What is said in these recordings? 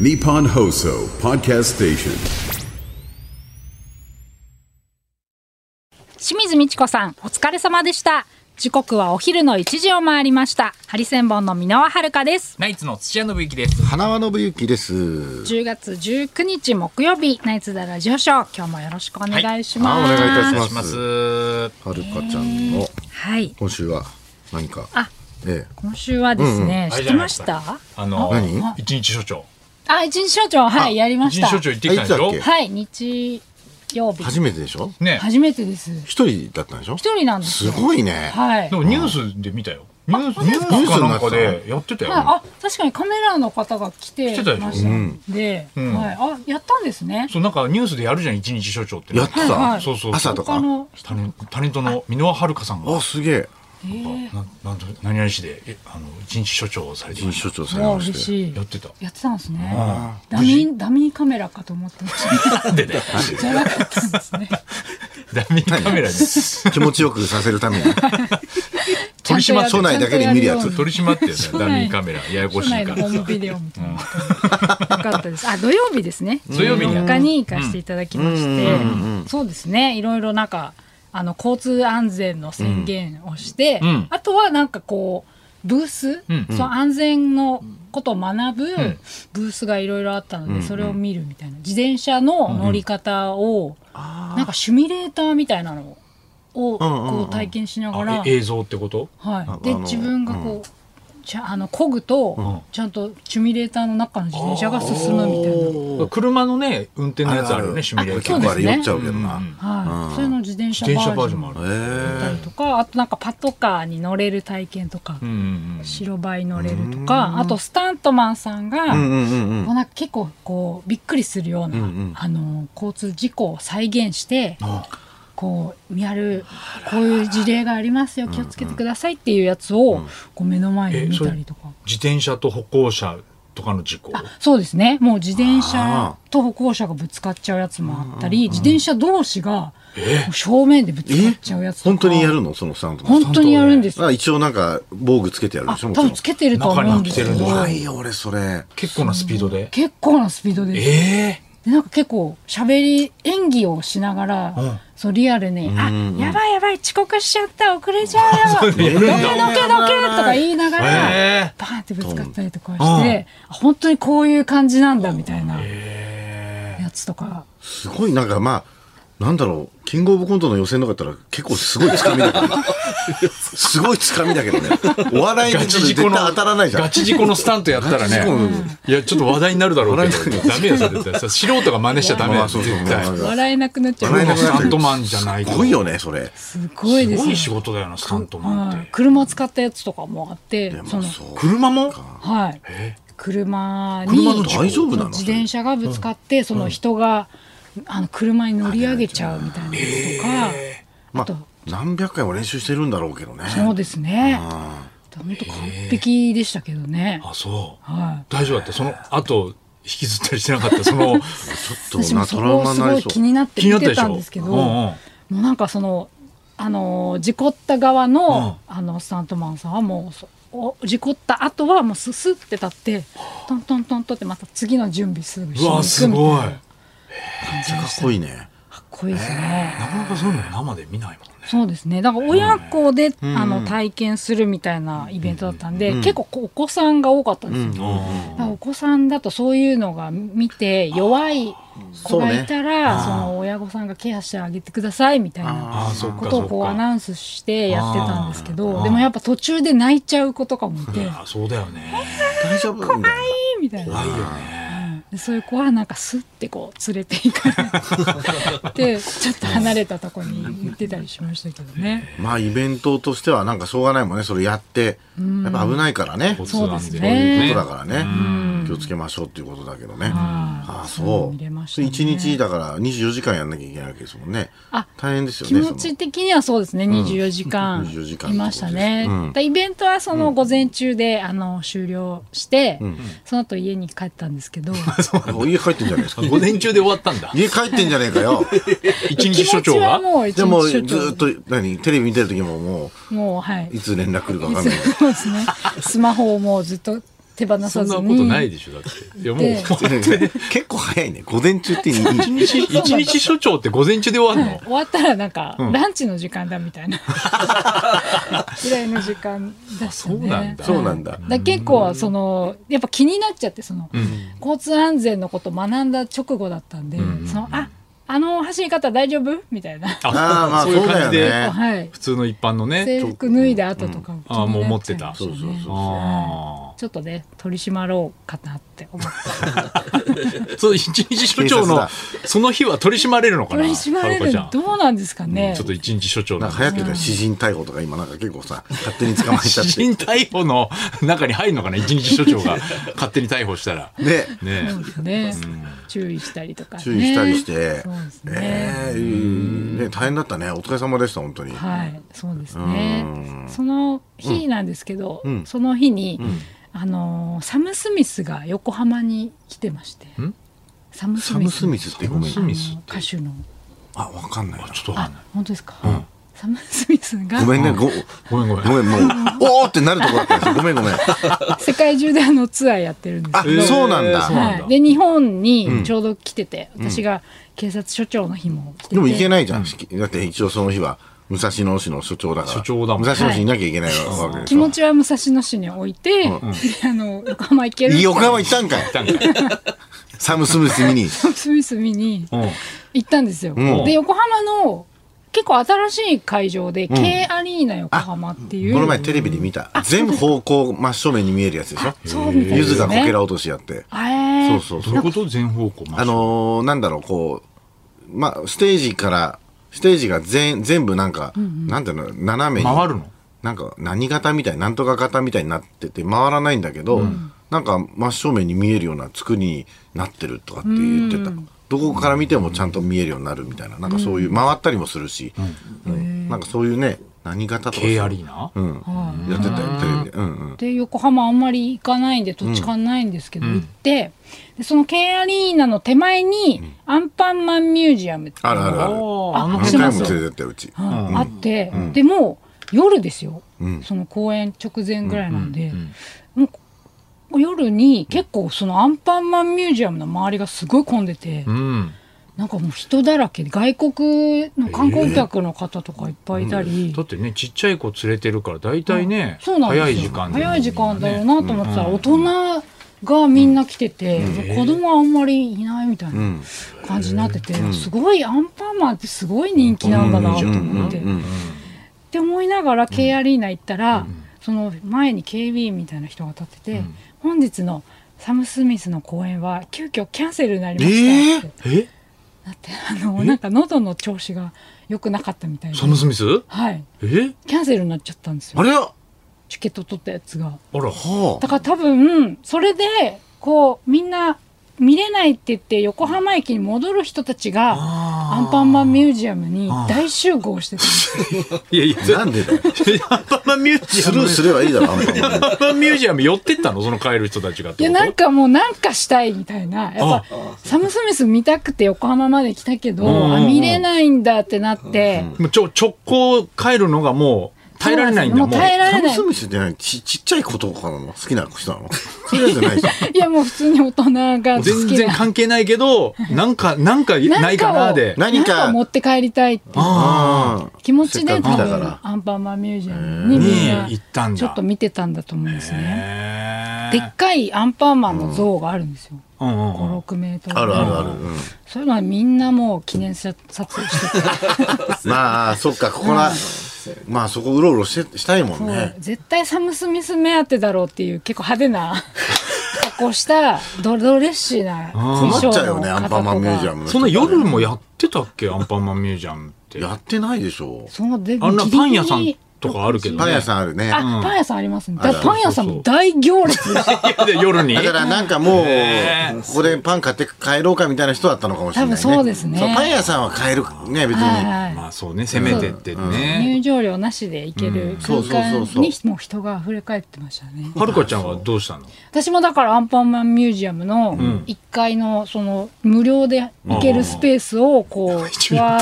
Nippon Hoso Podcast Station. 清水美智子さんお疲れ様でした時刻はお昼の1時を回りましたハリセンボンの箕輪遥ですナイツの土屋信之です。花輪信之です。 10月19日木曜日ナイツダラジオショー今日もよろしくお願いします、はいあお願いいたおし願いします。はるかちゃんのはい今週は何か。あえ今週はですね、あ知っれじてゃないまですしかたあの何一日所長。あ一日所長はいやりま一した日所長行ってきたんでしあょいつだっ。はい日曜え日初めてでしょ。ね。初めてです一人だったんでしょ。一人なんですすよごいね。はいでもニュースで見たよ。ニュースニュニーューススかにななんっかてたでやってたよ。はい、あ確かにカメラの方が来て来てたでしょましたんで、んはい、あやったんですね。そうなんかニュースでやるじゃん一日所長って。やってはいはたい。そうそう朝と他か。のタレンタレントの箕輪遥さんがあ、すげえ。ななんと何々市でえあの一日所長をされてい新ま所し長さんわあま嬉して。しいた。やってた。やってたんですね。ダミーダミーカメラかと思ってました。なんでだよ。じゃなかったんですね。ダミーカメラで気持ちよくさせるた めに。取り締まっ署内だけで見るやつ取り締まってるよねそうダミーカメラややこし社い内かのらホーさム。ビデオみたいな。よかったです。あ土曜日ですね。土曜日に14日に行かせていただきまして、そうですね。いろいろなんかあの交通安全の宣言をして、んあとはなんかこう。ブース、んその安全のことを学ぶブースがいろいろあったので、それを見るみたいな自転車の乗り方を、なんかシミュレーターみたいなのをこう体験しながら、あえ映像ってこと？はい、であの自分がこう、ちゃあの漕ぐと、ちゃんとシミュレーターの中の自転車が進むみたいな、車のね運転のやつあるよねシミュレータ 結ーあ構そあうですねれ酔っちゃうけどな。はいそういうの自転車自転車ババーージョジョンンももああっる。えたりとかあとなんかパトカーに乗れる体験とか、うんうん白バイ乗れるとかあとスタントマンさんが、え。うんうんうん。こうなんか結構こうびっくりするような、あの交通事故を再現して、こうやるこういう事例がありますよ気をつけてくださいっていうやつを、こう目の前に見たりとか。自転車と歩行者とかの事故。そうですねもう自転車と歩行者がぶつかっちゃうやつもあったり自転車同士が正面でぶつかっちゃうやつとか本当にやるのそのスタントの。本当にやるんですよあ、一応なんか防具つけてやるあでしょ。多もちろん分つけてると思うんですけ中にど着てるん怖いよ俺それ。結構なスピードで。結構なスピードですええでなんか結構喋り演技をしながら、んそうリアルに「あやばいやばい遅刻しちゃった遅れちゃうよどけどけどけ」とか言いながら、えバーンってぶつかったりとかして、あ本当にこういう感じなんだみたいなやつとか。すごいなんかまあなんだろうキングオブコントの予選とかだったら結構すごいつかみだけ どすごいつかみだけどねお笑いガでちょチっ事と絶故対の当たらないじゃんガチ事故のスタントやったらねガチ事故の。いやちょっと話題になるだろうけ話題にど。ダメよそれ絶対。それ素人が真似しちゃダメまよあそう絶そう対。まあ笑えなくなっちゃうプロ笑のえなスくなっちゃうタントマンじゃないと。すごいよねそれすごいすですごねい仕事だよなスタントマンっはいて。車使ったやつとかもあってでもそのそう車も？はい車に車の大丈夫なの自転車がぶつかって、その人が、あの車に乗り上げちゃうみたいなことか、まあとあ何百回も練習してるんだろうけどねそうですねあ本当完璧でしたけどね、あそう。はい大丈夫だったその後引きずったりしてなかった その。ーちょっ私ともなそトこラウをすマになごりいそ気うになって気にな見てったでしたょんですけど、うんうんもうなんかその、あのー事故った側の,、あのスタントマンさんはもうそお事故った後はもうススッて立ってトントントントンってまた次の準備すぐしうに行わくすみたいごい。な感じかでっしたこいいねかっこいいですね、なかなかそういうの生で見ないもんね。そうですねだから親子で、あの体験するみたいなイベントだったんで、結構こうお子さんが多かったんですよ、だからお子さんだとそういうのが見て弱い子がいたらそ,、の親御さんがケアしてあげてくださいみたいなああそっこかとそをっこうアか。ナウンスしてやってたんですけどでもやっぱ途中で泣いちゃう子とかもいて「いい!あそうだよね。大丈夫みたいな」みたいな怖いよね。でそういう子はなんかスッてこう連れて行かれ てちょっと離れたとこに行ってたりしましたけどね。まあイベントとしてはなんかしょうがないもんねそれやってやっぱ危ないからねそうですそういねうことだからね、気をつけましょうっていうことだけどね。ああ、そうそう。見れまし一、たね日だから二十四時間やんなきゃいけないわけですもんね。あ大変ですよ気ね。持ち的にはそうですね、24時間24時間いましたね。うんだからイベントはその午前中で、あの終了して、その後家に帰ったんですけど、 その家帰ってんじゃないで すか。午前中で終わったんだ。家帰ってんじゃねえかよ。一気日所持ち長ははもう一でも日ず所ーっ長と何テレビ見てる時もももうはいういつ連絡来るかわかんない。そうですねスマホをもうずっと手放そさんずなこに。とないでしょだっていやもうで 結構早いね。午前中っていい。一日一日所長って午前中で終わんの終わったらなんか、ランチの時間だみたい なぐらいの時間だし、ね、そうなんだそうなんだだから結構そのやっぱ気になっちゃってその、交通安全のこと学んだ直後だったんで、そのああの走り方大丈夫みたいな、あーまあそういう感じそうでだよねはい普通の一般のね制服脱いだ後とか、ああもう持ってた気になっちゃいましたねあちょっとね取り締まろうかなって思ってあそう一日所長警察のだその日は取り締まれるのかな取り締まれはるるかのちゃんどうなんですかね、ちょっと一日所長なのんか流行ってた詩人逮捕とか今なんか結構さ、勝手に捕まえ ちゃ私っ人て。逮捕の中に入るのかな一日所長が勝手に逮捕したらで、ねそうですね、注意したりとか、ね、注意したりしてそうです。ねねえね大変だったね。お疲れ様でした、本当に。はい、そうですねう。んその日なんですけど、うんその日に、あのーサム・スミスが横浜に来てましてん、サム・スサミム・ススミスってごめんサ。ムミスあの歌手のあ、わかんないな。ちょっとわかあんない本当ですか、サム・スミスがごめんね、ご、ごめんごめんごめん、もう、 おーってなるとこだったんですごめんごめん。世界中であのツアーやってるんですあけど、えーそうなんだそうなんはい、だで日本にちょうど来てて、私が警察署長の日も来ててでも行けないじゃん。だって一応その日は、武蔵野市の所長だから。所長だもん武蔵野市にいなきゃいけないわけでし気ょ。持ちは武蔵野市に置いて、であの横浜行けるいい横浜行ったんかい行ったんかいサム・スミス見に。サム・スミス見にうん行ったんですよ。んで横浜の結構新しい会場で、K アリーナ横浜っていうこの前テレビで見た。全部方向真正面に見えるやつでしょそうみたいゆですずねがこけら落としやって。あえーそうそうどそう。いううこと全方向あのー、なんだろう、こう、まあ、ステージから、ステージが全全部なんか、なんていうの、斜めに。回るのなんか何型みたいなんとか型みたいになってて回らないんだけど、なんか真正面に見えるような作りになってるとかって言ってた、どこから見てもちゃんと見えるようになるみたいななんかそういう回ったりもするし、うんなんかそういうね何型とか K アリーナうん、やってたよテレビで、うんうん、で横浜あんまり行かないんで土地勘ないんですけど、行ってでその K アリーナの手前に、アンパンマンミュージアムっていうあのるがあるああるあのあ何し回ますも連れてったようち、はいあって、でもう夜ですよ、んその公演直前ぐらいなんで、もう夜に結構そのアンパンマンミュージアムの周りがすごい混んでて、うんなんかもう人だらけで外国の観光客の方とかいっぱいいたり、だってねちっちゃい子連れてるから大体ねそうなんですよ早い時間早い時間だよねなと思ってたら大人がみんな来てて、で子供はあんまりいないみたいな感じになってて、すごいアンパンマンってすごい人気なんだなと思って。って思いながら K アリーナ行ったら、その前に警備員みたいな人が立ってて、本日のサム・スミスの公演は急遽キャンセルになりましたって、えだってあのなんか喉の調子が良くなかったみたいでサム・スミスはいえキャンセルになっちゃったんですあよれはチケット取ったやつがあらあだから多分それでこうみんな見れないって言って横浜駅に戻る人たちがアンパンマンミュージアムに大集合して たんですよいやいやなんでだよ アンパンマンミュージスアルームすればいいだろあんたもアンパンマンミュージアム寄ってったのその帰る人たちがっていやことなんかもうなんかしたいみたいなやっぱサム・スミス見たくて横浜まで来たけどんうんうんあ見れないんだってなってもうちょ直行帰るのがもう耐えられないんだももうう耐えらサれム・ないスミスって何ちちっちゃい子とかなの好きな人なのそういうやつじゃな いじゃんいやもう普通に大人が好全き然な関係ないけどなんかなんかなんないかなをで何かなん持って帰りたいっていうああ気持ちでせ多っかく来たか分らアンパンマンミュージアムにみんねな行ったんだちょっと見てたんだと思うんですね。へーでっかいアンパンマンの像があるんですよ。うんうんうん5、6メートル。あるあるある、うんそういうのはみんなもう記念撮撮影しててまあそっかここら、まあそこうろうろしてしたいもんそう ね絶対サム・スミス目当てだろうっていう結構派手 な格好したドドレッシーな困衣っ装ちゃうよのね方アンパンマンミュージアム。ムの人そんな夜もやってたっけアンパンマンミュージアムってやってないでしょそうであんなギリギリパン屋さんとかあるけどねパン屋さんあるねあ、パン屋さんありますね。だからあパン屋さんも大行列で した。で夜にだからなんかもう、へここでパン買って帰ろうかみたいな人だったのかもしれない、ね、多分そうですねそうパン屋さんは買えるね別に、はいはいまあそうね攻めてってね入場料なしで行ける空そうそう間そうにそもう人が溢れ返ってましたね。はるかちゃんはどうしたの私もだからアンパンマンミュージアムの1階のその無料で行けるスペースをこうわ応や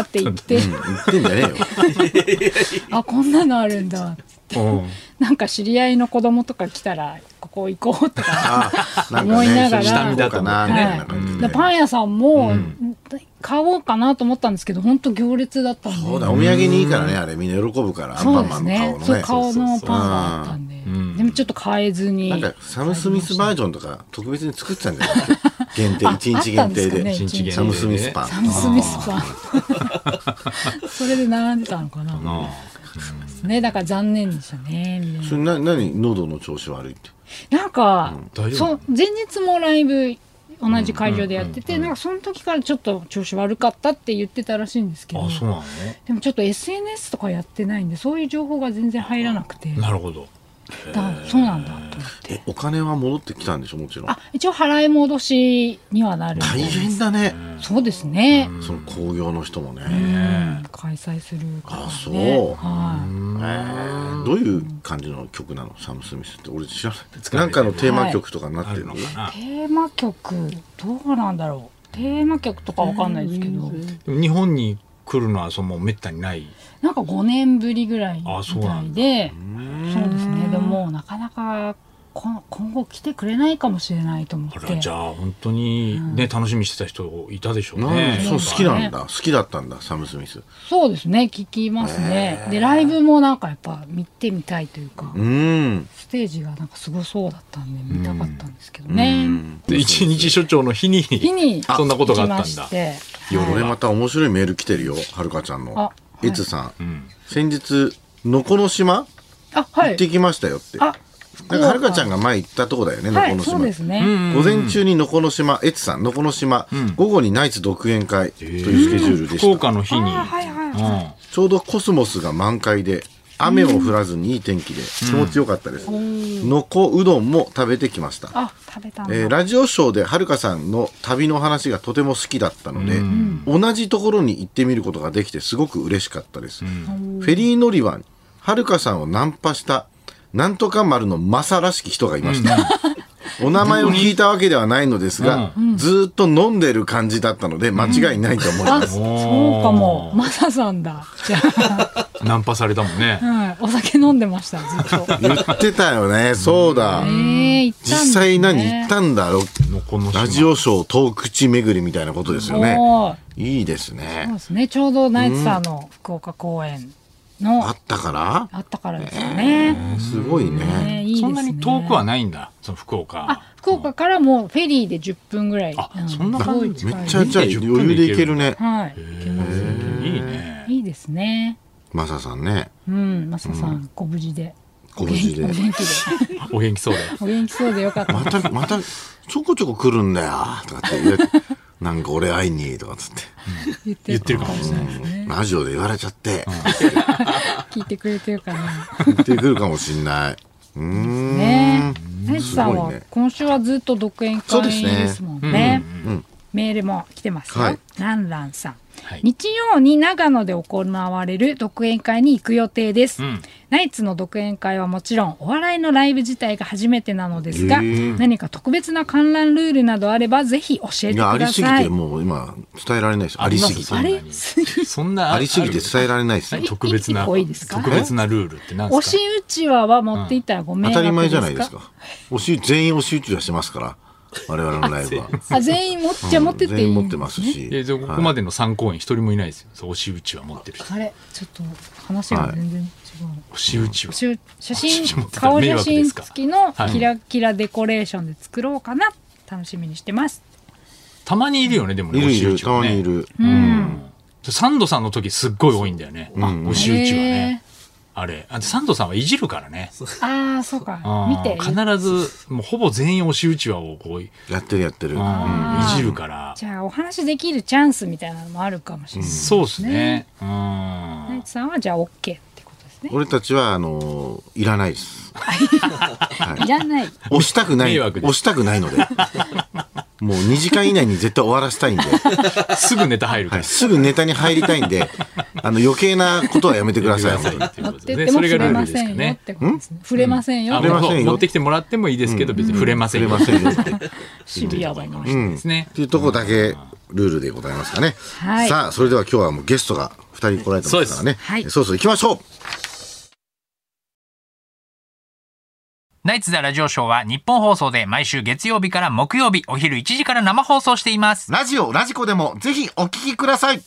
ーって行って言ってん じゃねえよあこんなのあるんだうんなんか知り合いの子供とか来たらここ行こうとか。なんか思いね、ながら下見だとなみたいなは感じい、ででね。パン屋さんも買おうかなと思ったんですけど本当行列だったんでそうだ、お土産にいいからね、あれみんな喜ぶから、アンそパうンでマすンのねそう顔の顔のね。そうそうそうパンがあったんででもちょっと買えずになんかサム・スミスバージョンとか特別に作ってたんじ ゃないですか限定あ1日限定あったんでですかね一日限定サム・スミスパンサム・スミスパン それで並んでたのかなねだから残念でしたねみんなそれな何喉の調子悪いってなんか、大丈夫そう前日もライブ同じ会場でやってて、なんかその時からちょっと調子悪かったって言ってたらしいんですけどあそうなのでもちょっと SNS とかやってないんでそういう情報が全然入らなくてなるほどだそうなんだと思ってえお金は戻ってきたんでしょもちろんあ一応払い戻しにはなるみたい大です変だねそうですね、その興行の人もうねん、開催するから、ね、あそうはいえーどういう感じの曲なのサム・スミスって俺知らない使なわんれてるかのテーマ曲とかになってるのかななテーマ曲どうなんだろうテーマ曲とかわかんないですけどでも日本に来るのはそのめったにないなんか5年ぶりぐらいみあそうたないんでそうですねでももうなかなかこ今後来てくれないかもしれないと思っあてらじゃあ本当にね、楽しみにしてた人いたでしょうなんねでそう好きなんだ好きだったんだサム・スミスそうですね聞きますねでライブもなんかやっぱ見てみたいというかうんステージがなんかすごそうだったんで見たかったんですけどねで一日所長の日に日にそんなことがあったんだ行きましてこれまた面白いメール来てるよはるかちゃんあのはえいつさん先日のこの島あは行っていきましたよって。あなんかはるかちゃんが前行ったとこだよね、のはこいのそ島。うですね、午前中にのこの島、エツさん、のこの島、午後にナイツ独演会というスケジュールで福した。岡の日に、あはいはいはいうんちょうどコスモスが満開で、雨も降らずにいい天気で気持ちよかったです。のこうどんも食べてきました。あ食べたんだ、えーラジオショーではるかさんの旅の話がとても好きだったので、同じところに行ってみることができてすごく嬉しかったです、フェリー乗り場にはるかさんをナンパしたなんとか丸のマサらしき人がいました、 お名前を聞いたわけではないのですが、ずーっと飲んでる感じだったので間違いないと思いまあす、そうかもマサさんだじゃあ、ナンパされたもんねうん、お酒飲んでましたずっと言ってたよねそうだ、えー、行ったんです、ね、実際何言ったんだろうのこの島ラジオショー遠口巡りみたいなことですよねおーいいですねそうですねちょうどナイツさんの福岡公演のあったからあったからですよね、すごいねね。いいですねそんなに遠くはないんだその福岡あ福岡からもうフェリーで10分ぐらいあうそんなすごい感じ近いめっちゃじゃあ余裕でいけるね。はい行けますねいいねいいですねマサさんね。うんマサさん、ご無事でご無事でお元気お元気でお元気そうでお元気そうでよかったまた、また、ちょこちょこ来るんだよ。とかって言う。なんか俺会いに、とかっつって。言って 言るってるかもしれないラジオで言われちゃって。聞いてくれてるかな言ってくるかもしんない。うーん。ねえ、ね、さんすごいはね今週はずっと独演そう会ですねですもんね。メールも来てますよ。はいランランさん、はい日曜に長野で行われる独演会に行く予定です。ナイツの独演会はもちろんお笑いのライブ自体が初めてなのですが、へえ何か特別な観覧ルールなどあればぜひ教えていくや、ありだすぎさいて、。もう今、伝えられないです。ありすぎて。あありれますそんなありすぎて伝えられないですえね。特別な一個いいですか特別なルールって何で押しすか打ちはは持っていったらごめ当んたり前じゃないですか。おし、全員おし打ちはしてますから。我々のライブは。あ全員持っちゃ持ってっていい、全員持ってますし。えでここまでの3公演一人もいないですよそう押し打ちは持ってる人あれちょっと話が全然違うな。押し打ちを写写 ちょ真っと顔迷写惑真です付かきのはいキラキラデコレーションで作ろうかな、楽しみにしてますたまにいるよねでもねいる押いし打る、ちたはまにねいる。サンドさんの時すっごい多いんだよね押し打ちはねあれあとサンドさんはいじるからねああそうかうん見て必ずもうほぼ全員押し打ちはをこういやってるやってる。じるからじゃあお話できるチャンスみたいなのもあるかもしれない、そうですねうんナイツさんはじゃあ OK ってことですね俺たちはあのーいらないです。いらない押したくない。迷惑です押したくないので。もう2時間以内に絶対終わらせたいんで、はすぐネタ入るからい、すぐネタに入りたいんで、あの余計なことはやめてください。本当にっていう持こっとて でっねても触それがルれーまルでせすんかよねってことですね触れませんよあって触れませんよ持ってきてもらってもいいですけど、別に触れません触れよ。ませんよって。っシビアだなですね。ていうとこだけルールでございますかね。はいさあ、それでは今日はもうゲストが2人来られてますからそうでね。すはいそうそう行きましょうナイツ・ザ・ラジオショーは日本放送で毎週月曜日から木曜日お昼1時から生放送しています。ラジオ、ラジコでもぜひお聞きください。